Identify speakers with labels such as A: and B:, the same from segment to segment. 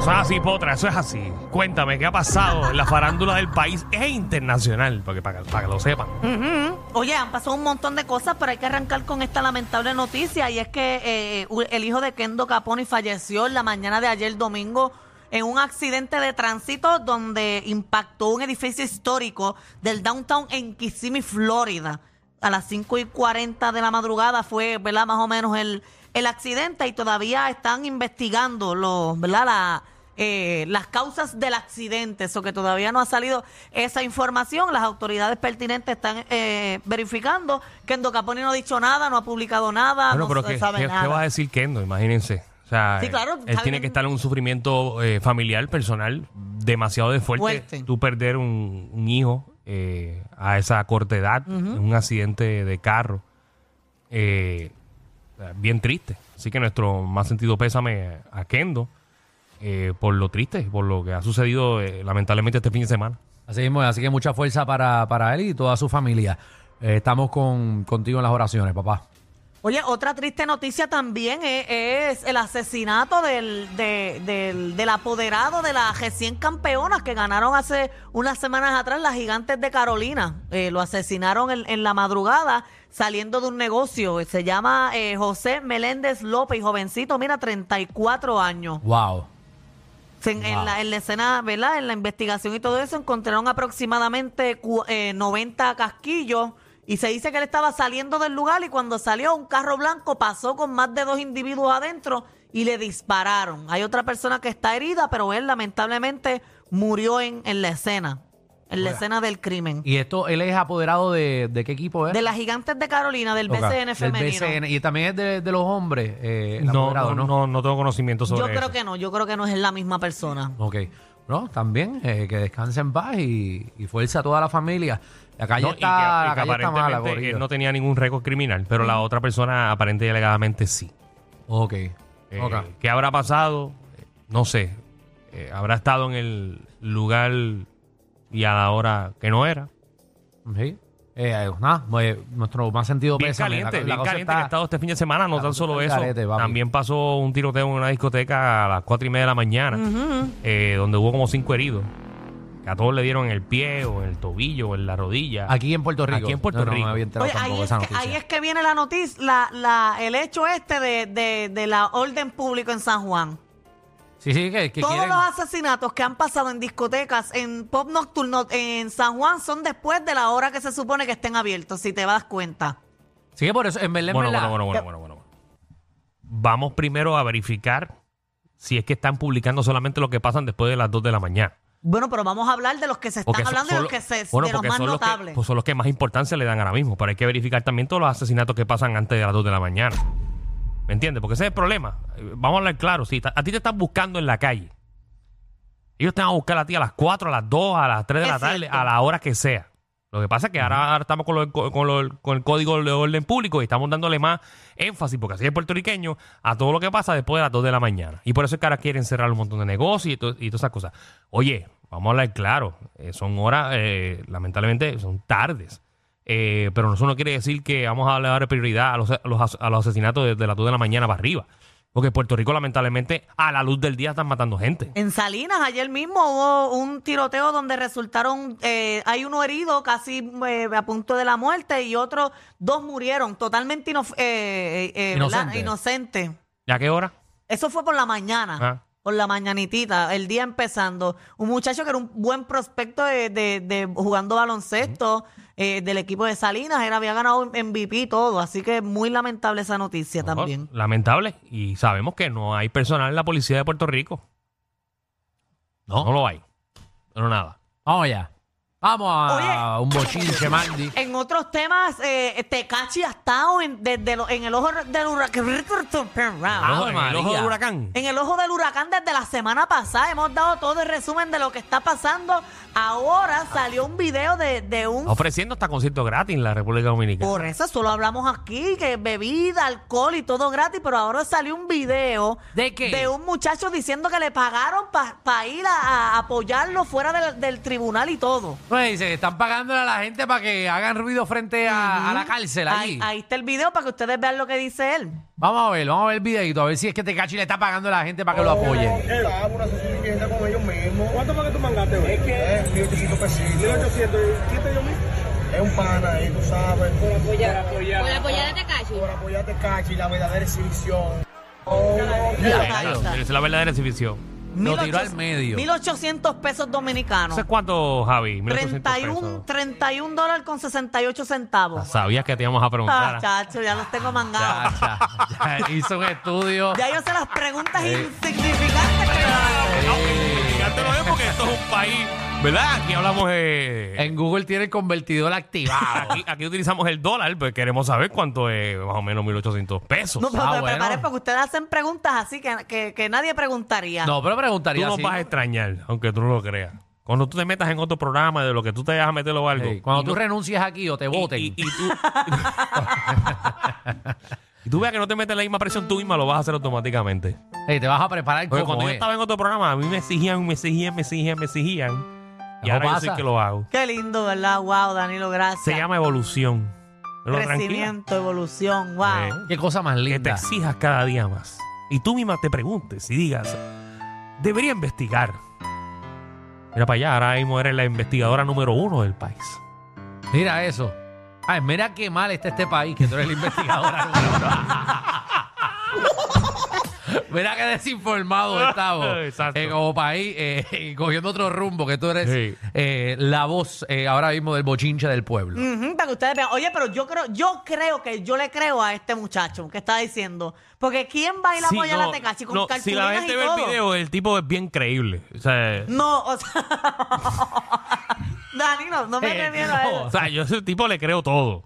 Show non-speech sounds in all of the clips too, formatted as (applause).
A: Eso es así, Potra, eso es así. Cuéntame, ¿qué ha pasado en la farándula del país e internacional? Porque para, que- para que lo sepan.
B: Ujú. Oye, han pasado un montón de cosas, pero hay que arrancar con esta lamentable noticia y es que eh, u- el hijo de Kendo Caponi falleció en la mañana de ayer domingo en un accidente de tránsito donde impactó un edificio histórico del downtown en Kissimmee, Florida. A las 5 y 40 de la madrugada fue, ¿verdad? Más o menos el, el accidente y todavía están investigando los, ¿verdad? La, eh, las causas del accidente, eso que todavía no ha salido esa información, las autoridades pertinentes están eh, verificando, Kendo Caponi no ha dicho nada, no ha publicado nada,
A: Bueno,
B: no
A: pero
B: se
A: ¿qué,
B: sabe
A: qué-
B: nada.
A: qué va a decir Kendo? Imagínense. O sea,
B: Sí,
A: eh,
B: claro,
A: él
B: está
A: tiene
B: bien.
A: que estar en un sufrimiento eh, familiar, personal, demasiado de fuerte.
B: Fuerte.
A: Tú perder un, un hijo eh, a esa corta edad, en un accidente de carro, eh, bien triste. Así que nuestro más sentido pésame a Kendo eh, por lo triste, por lo que ha sucedido eh, lamentablemente este fin de semana.
C: Así mismo, así que mucha fuerza para, para él y toda su familia. Eh, estamos con, contigo en las oraciones, papá.
B: Oye, otra triste noticia también eh, es, el asesinato del, de- del, del apoderado de las recién campeonas que ganaron hace unas semanas atrás las gigantes de Carolina. Eh, lo asesinaron en, en la madrugada saliendo de un negocio. Se llama eh, José Meléndez López, jovencito, mira, 34 años.
C: Wow.
B: Se- en,
C: Wow.
B: la, en la escena, ¿verdad? En la investigación y todo eso, encontraron aproximadamente cu- eh, 90 casquillos. Y se dice que él estaba saliendo del lugar y cuando salió un carro blanco pasó con más de dos individuos adentro y le dispararon. Hay otra persona que está herida, pero él lamentablemente murió en, en la escena, en la escena del crimen.
C: ¿Y esto, él es apoderado de, de qué equipo es?
B: De las gigantes de Carolina, del
C: Ok.
B: BCN
C: Del
B: femenino.
C: BCN. Y también es de, de los hombres, eh, el
A: No,
C: apoderado,
A: no,
C: ¿no?
A: no- no tengo conocimiento sobre
B: Yo creo
A: eso.
B: que no, yo creo que no es la misma persona.
C: Ok. No, también, eh, que descanse en paz y, y fuerza a toda la familia. La calle
A: No, y que-
C: está,
A: y
C: la
A: que
C: calle está mala, Mm.
A: aparentemente
C: gorillo.
A: él no tenía ningún récord criminal, pero la otra persona aparente y alegadamente sí.
C: Ok.
A: Eh,
C: Ok.
A: ¿Qué habrá pasado? Eh, No sé. Eh, habrá estado en el lugar y a la hora que no era.
C: Sí. Eh, eh, nada, eh, nuestro más sentido
A: Bien
C: pésame. La-
A: caliente,
C: la
A: bien
C: cosa
A: caliente
C: está-
A: que ha estado este fin de semana. No
C: la
A: tan
C: cosa
A: solo eso.
C: está al garete, papi.
A: también pasó un tiroteo en una discoteca a las cuatro y media de la mañana, eh, donde hubo como cinco heridos. Que a todos le dieron en el pie, o en el tobillo, o en la rodilla.
C: Aquí en Puerto Rico.
A: Aquí en Puerto
C: No, no,
A: Rico.
C: me había enterado
B: Oye, ahí
C: tampoco
B: es,
C: esa
B: que, ahí
C: noticia.
B: es que viene la noticia, la, la- el hecho este de, de- de la orden pública en San Juan.
C: Sí, sí, que, que
B: Todos
C: quieren-
B: los asesinatos que han pasado en discotecas, en pop nocturno, en San Juan, son después de la hora que se supone que estén abiertos, si te das cuenta.
C: Sí, que por eso, en verdad, en
A: Bueno,
C: verdad,
A: bueno, bueno, bueno, bueno, bueno, bueno. Vamos primero a verificar si es que están publicando solamente lo que pasan después de las 2 de la mañana.
B: Bueno, pero vamos a hablar de los que se están
A: so-
B: hablando y
A: son
B: los que
A: los-
B: se,
A: bueno,
B: de los
A: porque
B: más
A: son los que-
B: notables.
A: pues son los que más importancia le dan ahora mismo. Pero hay que verificar también todos los asesinatos que pasan antes de las 2 de la mañana. ¿Me entiendes? Porque ese es el problema. Eh, Vamos a hablar claro. Si ta- a ti te están buscando en la calle, ellos te van a buscar a ti a las 4, a las 2, a las 3 de
B: Es
A: la tarde,
B: cierto.
A: a la hora que sea. Lo que pasa es que ahora, ahora estamos con, lo del co- con lo del- con el código de orden público y estamos dándole más énfasis, porque así es puertorriqueño, a todo lo que pasa después de las 2 de la mañana. Y por eso es que ahora quieren cerrar un montón de negocios y, to- y todas esas cosas. Oye, vamos a hablar claro, eh, son horas, eh, lamentablemente son tardes. Eh, pero eso no quiere decir que vamos a dar prioridad a los, a los as- a los asesinatos desde las 2 de la mañana para arriba. Porque en Puerto Rico, lamentablemente, a la luz del día están matando gente.
B: En Salinas, ayer mismo hubo un tiroteo donde resultaron, eh, hay uno herido casi eh, a punto de la muerte y otros dos murieron totalmente inof- eh, eh, eh, ¿verdad?
C: Inocente.
B: inocente.
A: ¿Ya qué hora?
B: Eso fue por la mañana,
A: Ah.
B: por la mañanitita, el día empezando. Un muchacho que era un buen prospecto de, de- de jugando baloncesto eh, del equipo de Salinas, era, había ganado MVP y todo, así que muy lamentable esa noticia
A: No,
B: también.
A: Lamentable. Y sabemos que no hay personal en la policía de Puerto Rico. No, no lo hay. Pero nada.
C: Vamos allá. Vamos a un bochinche, Mandy.
B: En otros temas, eh, Tecachi ha estado en, desde lo- en el ojo del huracán.
A: Ojo, en el
C: María.
A: ojo del huracán.
B: En el ojo del huracán desde la semana pasada hemos dado todo el resumen de lo que está pasando. Ahora salió un video de, de un
A: Ofreciendo hasta conciertos gratis en la República Dominicana.
B: Por eso solo hablamos aquí, que bebida, alcohol y todo gratis, pero ahora salió un video
C: ¿De qué?
B: un muchacho diciendo que le pagaron para ir a, a apoyarlo fuera del, del tribunal y todo.
C: Pues dice, están pagándole a la gente para que hagan ruido frente a, a la cárcel
B: Ahí,
C: allí.
B: ahí está el video para que ustedes vean lo que dice él.
C: Vamos a ver, vamos a ver el videito, a ver si es que Tecachi le está pagando a la gente para que lo apoyen.
D: Estaba una suficiente con ellos mismos. ¿Cuánto fue que tú mandaste hoy? Es que es 1800 pesitos. 1800, ¿qué yo mismo? Es un pana ahí, tú sabes. Por apoyar, apoyar.
E: Por apoyar a Tekashi.
D: Por apoyarte, Cachi, la verdadera exhibición.
B: Mira, ahí
A: Claro,
B: está.
A: Esa es la verdadera exhibición.
C: Lo tiró al
B: 1800
C: medio.
B: 1800 pesos
A: ¿No
B: dominicanos.
A: sabes cuánto, Javi? 1800
B: 31,
A: pesos.
B: 31 dólares con 68
C: Ah,
B: centavos.
A: Sabías que te íbamos a
B: Ah,
A: preguntar.
B: chacho, ya los tengo
C: Ya,
B: mangados.
C: Ah, ya, ya hizo un estudio.
B: Ya yo sé las preguntas
C: Eh.
B: insignificantes que me hacen.
A: Eh. Fíjate lo es porque esto es un país, ¿verdad? Aquí hablamos eh,
C: En Google tiene el convertidor activado.
A: Aquí, aquí utilizamos el dólar, pero queremos saber cuánto es más o menos 1.800 pesos.
B: No, pero
C: Ah,
B: me
C: bueno.
B: preparé porque ustedes hacen preguntas así que, que, que nadie preguntaría.
C: No, pero
A: tú
C: preguntaría
A: nos
C: así.
A: vas a extrañar, aunque tú no lo creas. Cuando tú te metas en otro programa de lo que tú te vayas a meter o algo.
C: Ey, cuando
A: y
C: tú
A: no-
C: renuncies aquí o te
A: y-
C: voten.
A: Y, y tú, (laughs) y tú veas que no te metes la misma presión tú misma, lo vas a hacer automáticamente.
C: Ey, te vas a preparar
A: Porque
C: como
A: cuando yo
C: es.
A: estaba en otro programa, a mí me exigían, me exigían, me exigían, me exigían. Y
C: Eso
A: ahora yo soy
C: pasa.
A: el que lo hago.
B: Qué lindo, ¿verdad? Wow, Danilo, gracias.
A: Se llama evolución. Pero tranquila,
B: Crecimiento, evolución, wow.
A: Eh.
C: Qué cosa más
A: que te
C: linda.
A: exijas cada día más. Y tú misma te preguntes y digas, debería investigar. Mira para allá, ahora mismo eres la investigadora número uno del país.
C: Mira eso. Ay, mira qué mal está este país, que tú eres la (laughs) investigadora. número uno. mira qué
A: (laughs)
C: desinformado estamos
A: Exacto.
C: eh, como país, eh, y cogiendo otro rumbo, que tú eres
A: Sí.
C: eh, la voz eh, ahora mismo del bochinche del pueblo.
B: Ujú, para que ustedes vean. Oye, pero yo creo, yo creo que yo le creo a este muchacho que está diciendo. Porque ¿quién va a ir a
A: Sí,
B: apoyar
A: no,
B: a Tecachi con
A: no,
B: cartulinas
A: si la gente
B: y
A: ve
B: todo?
A: el video, el tipo es bien creíble. O sea,
B: No, o sea. (laughs) Danilo, no me
A: eh,
B: refiero a
A: no,
B: eso.
A: o sea, yo a ese tipo le creo todo.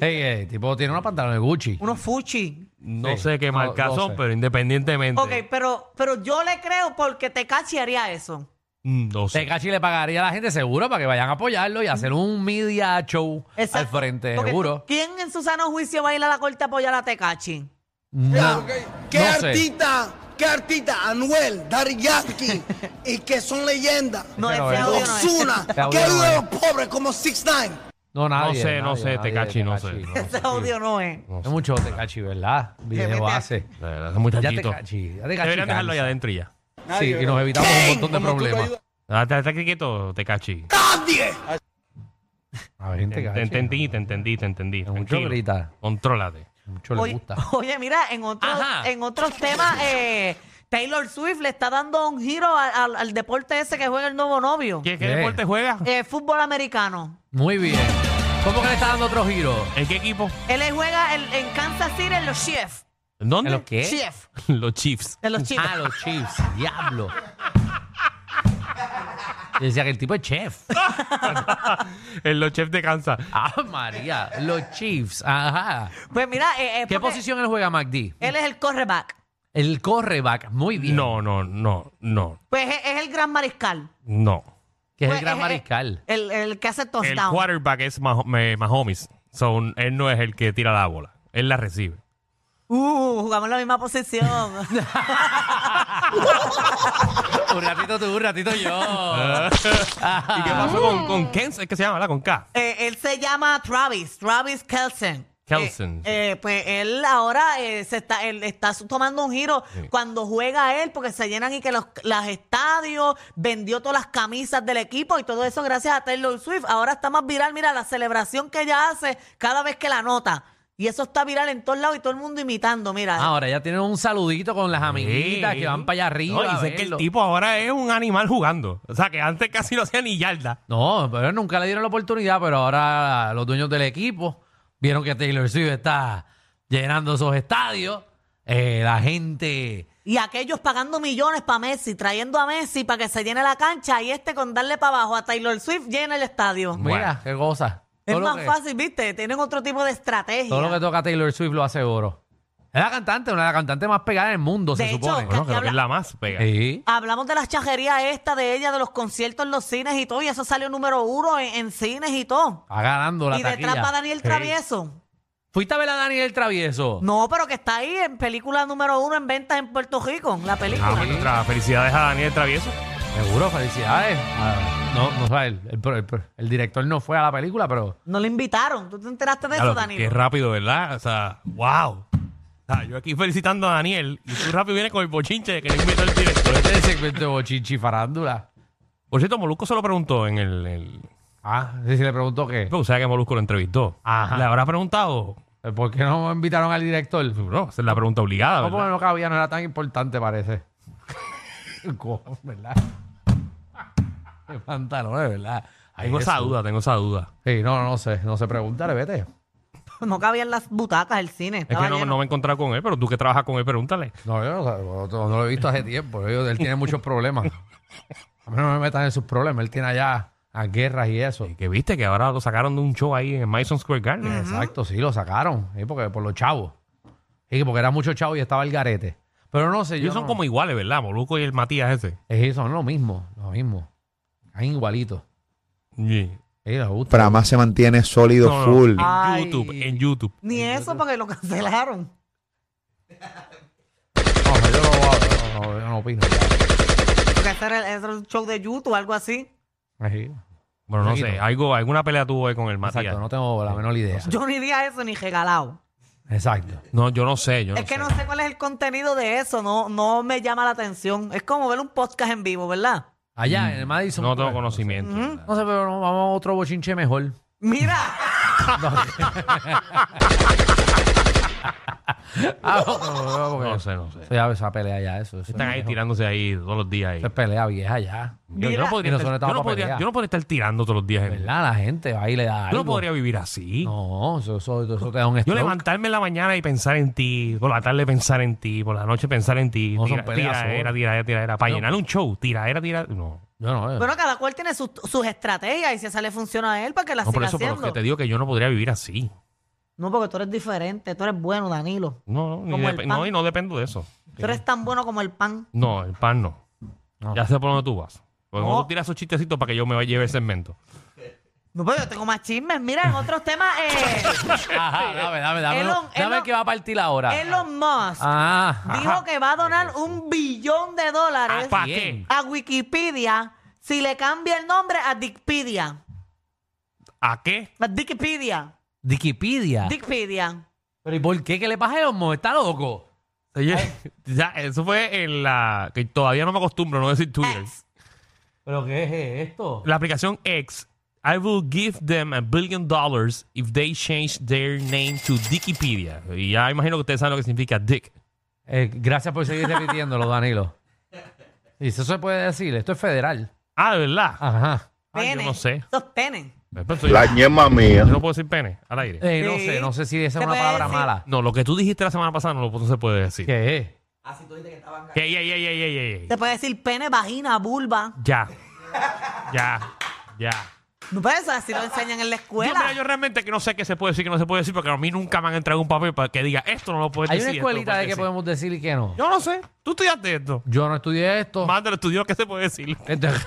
C: Ey, ey, tipo, tiene una pantalón de Gucci.
B: Unos fuchi.
A: No
C: Sí,
A: sé qué
C: no,
A: marca
C: no
A: son,
C: sé.
A: pero independientemente.
B: Ok, pero, pero yo le creo porque Tecachi haría eso.
A: mm, No sé.
C: Tecachi le pagaría a la gente seguro para que vayan a apoyarlo y hacer un media show al
B: Exacto.
C: frente,
B: Porque (laughs)
C: seguro.
B: ¿Quién en su sano juicio va a ir a la corte a apoyar a Tecachi?
C: No,
F: ¿Qué
C: no sé.
F: artista? ¿Qué artista? Anuel,
C: (laughs)
F: Dari Yankee y que son leyendas.
B: No,
C: Pero
B: ese
C: es-
B: audio no es.
F: Ozuna,
C: Este audio
F: que
C: no
F: uno de
C: es.
F: los pobres como Six Nine.
C: No, nadie.
A: sé, no
C: nadie,
A: sé,
C: nadie,
A: Tecachi, no sé.
B: (laughs) Ese audio no es.
C: Es mucho Tecachi, ¿verdad? Video
B: mete-
C: hace.
A: Eh, ese muchachito.
C: Ya Tecachi, ya Tecachi
A: Deberían dejarlo
C: cansa.
A: allá adentro y ya.
C: Sí, y nos evitamos un montón de
F: Como tú lo
C: problemas.
F: ayudas.
A: Ah, Está está quieto, Tecachi.
F: ¡Nadie!
C: A ver,
A: Te,
C: Tecachi.
A: te entendí, te entendí, te entendí.
C: Mucho
A: Tranquilo.
C: grita.
A: Contrólate.
C: Mucho le
B: Oye,
C: gusta.
B: (laughs) oye, mira, en otros,
A: Ajá.
B: en otros temas, eh, Taylor Swift le está dando un giro al, al- al deporte ese que juega el nuevo novio.
A: ¿Qué, qué
C: Bien.
A: deporte juegas?
B: Eh, fútbol americano.
C: Muy bien. ¿Cómo que le está dando otro giro?
A: ¿En qué equipo?
B: Él le juega en- en Kansas City en los Chiefs.
A: ¿En dónde?
C: ¿En los qué?
B: Chiefs.
A: (laughs) Los Chiefs. (laughs)
B: En los Chiefs.
C: Ah, los Chiefs. (laughs) Diablo. Yo decía que el tipo es (laughs) chef.
A: en los Chiefs de Kansas.
C: Ah, María. Los Chiefs. Ajá.
B: Pues mira, eh, eh,
C: ¿Qué
B: porque
C: posición él juega, MacD?
B: Él es el correback.
C: El correback. Muy bien.
A: No, no, no, no,
B: Pues es, es el gran mariscal.
A: no.
C: Que es
B: Pues
C: el gran mariscal.
B: El, el que hace
A: El
B: touchdown.
A: quarterback es Mah- me- Mahomes. So, él no es el que tira la bola. Él la recibe.
B: Uh, jugamos la misma posición.
C: (laughs)
B: (laughs)
C: Un ratito tú, un ratito yo.
A: ¿Y qué pasó con, con
B: Ah.
A: Kens? Es que se llama, ¿verdad? Con K.
B: Eh, él se llama Travis, Travis Kelsen.
A: Kelsen,
B: Eh, eh, pues él ahora eh, se está, él está su- tomando un giro cuando juega él, porque se llenan y que los, los estadios, vendió todas las camisas del equipo y todo eso gracias a Taylor Swift. Ahora está más viral, mira, la celebración que ella hace cada vez que la nota. Y eso está viral en todos lados y todo el mundo imitando, mira.
C: Ahora ya tienen un saludito con las amiguitas
A: Sí.
C: que van para allá arriba.
A: No,
C: a
A: y sé que el
C: verlo.
A: tipo ahora es un animal jugando. O sea, que antes casi no hacía ni yarda.
C: No, pero nunca le dieron la oportunidad, pero ahora los dueños del equipo vieron que Taylor Swift está llenando esos estadios. Eh, la gente.
B: Y aquellos pagando millones para Messi, trayendo a Messi para que se llene la cancha y este con darle para abajo a Taylor Swift llena el estadio.
A: Bueno.
C: Mira, qué cosa.
B: Es
C: Todo lo
B: más
C: que-
B: fácil, ¿viste? Tienen otro tipo de estrategia.
C: Todo lo que toca Taylor Swift lo hace oro. Es la cantante, una de las cantantes más pegadas del mundo,
B: De
C: se
B: hecho,
C: supone.
A: Bueno, creo
B: Aquí
A: que
B: habla-
A: es la más pega.
C: Sí.
B: Hablamos de las chajerías esta de ella, de los conciertos en los cines y todo, y eso salió número uno en, en cines y todo.
C: Va ganando la
B: y detrás va
C: taquilla.
B: Daniel Travieso.
C: ¿Fuiste a ver a Daniel Travieso?
B: No, pero que está ahí en película número uno en ventas en Puerto Rico, la película.
C: Ah,
A: Ah, pues, tra- felicidades a Daniel Travieso.
C: Seguro, felicidades. Ah, no, no sabe, el, el- el- el director no fue a la película, pero
B: No le invitaron. ¿Tú te enteraste de
A: Ya lo-
B: eso,
A: Qué
B: Danilo?
A: rápido, ¿verdad? O sea, wow. O sea, yo aquí felicitando a Daniel y tú rápido vienes con el bochinche de que le invitó el director.
C: pero este es el segmento de Bochichi Farándula.
A: Por cierto, Molusco se lo preguntó en el... el-
C: Ah, sí, sí, le preguntó que,
A: Pero usted sabe que Molusco lo entrevistó.
C: Ajá.
A: ¿Le habrá preguntado?
C: Eh, ¿por qué no invitaron al director? No,
A: No, esa es la pregunta obligada,
C: porque
A: ¿verdad?
C: no cabía, no era tan importante, parece. (laughs) Cojo, ¿verdad? (laughs) Qué pantalones, ¿verdad? Ay,
A: Tengo esa
C: Jesús.
A: duda, tengo esa duda.
C: Sí, no, no sé, no sé, pregúntale, vete.
B: No cabían las butacas del cine.
A: Es
B: Estaba
A: que no,
B: lleno.
A: no me he encontrado con él, pero tú que trabajas con él, pregúntale.
C: No, yo no, sé, no- no- no lo he visto hace tiempo. yo- él tiene muchos problemas. A mí no me metan en sus problemas. Él tiene allá a guerras y eso.
A: Que viste que ahora lo sacaron de un show ahí en Madison Square Garden.
C: Exacto, sí, lo sacaron. Sí, porque por los chavos. Sí, porque era mucho chavo y estaba el garete. Pero no sé, yo.
A: Ellos son
C: no-
A: como iguales, ¿verdad? Molusco y el Matías ese.
C: Sí, son lo mismo, lo mismo. Hay igualitos.
A: Sí.
C: Sí, les gusta.
E: Pero además se mantiene sólido,
A: No, no,
E: full.
A: En
B: Ay.
A: YouTube, en YouTube.
B: Ni eso porque lo (laughs) cancelaron.
C: No, yo no, voy a- no, no, yo no opino.
B: Porque ese era el, ese era el show de YouTube o algo así.
C: Sí,
A: Bueno, no
C: Poquito.
A: sé, algo, alguna pelea tuvo ahí con el Matías.
C: Exacto, no tengo la menor idea.
B: Yo ni diría eso ni regalado.
C: Exacto.
A: No, yo no sé, yo no
B: es que
A: sé.
B: no sé cuál es el contenido de eso. No, no me llama la atención. Es como ver un podcast en vivo, ¿verdad?
C: Allá en el Madison.
A: No tengo
C: Square.
A: conocimiento. ¿verdad?
C: No sé, pero no, vamos a otro bochinche mejor.
B: Mira.
A: (laughs)
C: (laughs) Ah, no, no, no, porque
A: No sé, no sé.
C: eso ya esa pelea ya, eso. eso
A: Están
C: es
A: ahí
C: viejo.
A: tirándose ahí todos los días. Ahí.
C: Eso es pelea vieja ya.
A: Yo, yo no
B: Mira.
A: podría
C: Y
A: estar,
C: nosotros
A: yo,
C: estamos
A: no
C: pa'
A: podría,
C: pelear.
A: yo no podría estar tirando todos los días. gente.
C: ¿Verdad? La gente ahí le da
A: Yo
C: Pues,
A: no
C: algo.
A: podría vivir así.
C: No, eso, eso, eso te da un
A: Yo
C: stroke.
A: levantarme en la mañana y pensar en ti, por la tarde pensar en ti, por la noche pensar en ti,
C: No, son
A: tira,
C: peleas
A: tiraera,
C: solas.
A: tiraera, tiraera, para
C: No.
A: llenar un show, tiraera, tiraera, no.
C: Yo no, eh.
B: Pero cada cual tiene sus- sus estrategias y si esa le funciona a él, para que la
A: No, por
B: siga
A: eso, pero
B: haciendo.
A: que te digo que yo no podría vivir así.
B: No, porque tú eres diferente. Tú eres bueno, Danilo.
A: No, no, ni
B: Como el
A: dep-
B: pan.
A: no, y no dependo de eso.
B: Tú eres tan bueno como el pan.
A: No, el pan no.
C: No.
A: Ya sé por dónde tú vas. Porque
B: No.
A: no. tú tiras esos chistecitos para que yo me lleve el segmento.
B: No, pero yo tengo más chismes. Mira, en otros temas,
A: (laughs)
B: eh,
C: Ajá, dame, dame, dame.
B: Elon-
C: dame
B: Elon-
C: que va a partir ahora.
B: Elon Musk
C: Ah,
B: dijo que va a donar un billón de dólares
A: ¿Para qué?
B: a Wikipedia si le cambia el nombre a Dickpedia.
A: ¿A qué?
B: A Dickpedia.
C: Wikipedia.
B: Dickpedia.
C: Pero ¿y por qué? ¿Qué le pasa a Elon Musk? ¿Está loco?
A: Oye, (laughs) ya, eso fue en la. que todavía no me acostumbro a no decir Twitter.
B: Ex.
C: ¿Pero qué es esto?
A: La aplicación X. I will give them a billion dollars if they change their name to Wikipedia. Y ya imagino que ustedes saben lo que significa Dick.
C: Eh, gracias por seguir repitiéndolo, Danilo. Y eso se puede decir, esto es federal.
A: Ah, de verdad.
C: Ajá.
A: Ay, yo
B: Pene.
A: no sé.
B: Dos penes.
A: Pero soy-
E: La ñema mía.
A: yo no puedo decir pene al aire.
C: Eh, no
B: Sí.
C: sé, no sé si esa
B: Se
C: es una
B: puede
C: palabra
B: decir.
C: mala.
A: No, lo que tú dijiste la semana pasada no, lo, no se puede decir.
C: ¿Qué es?
A: Ey, ey, ey, ey, ey, ey, ey.
B: Se puede decir pene, vagina, vulva.
A: Ya. Ya. Ya.
B: No puede ser así, lo enseñan en la
A: Yo, mira,
B: escuela.
A: yo realmente que no sé qué se puede decir, que no se puede decir, porque a mí nunca me han entregado un papel para que diga esto no lo puedes
C: Hay
A: decir.
C: una
A: esto no lo
C: escuelita de
A: puedes
C: que
A: decir.
C: podemos decir y que no.
A: Yo no sé. Tú estudiaste esto.
C: Yo no estudié esto.
A: Más de lo estudió, ¿qué se puede decir?
C: Entonces-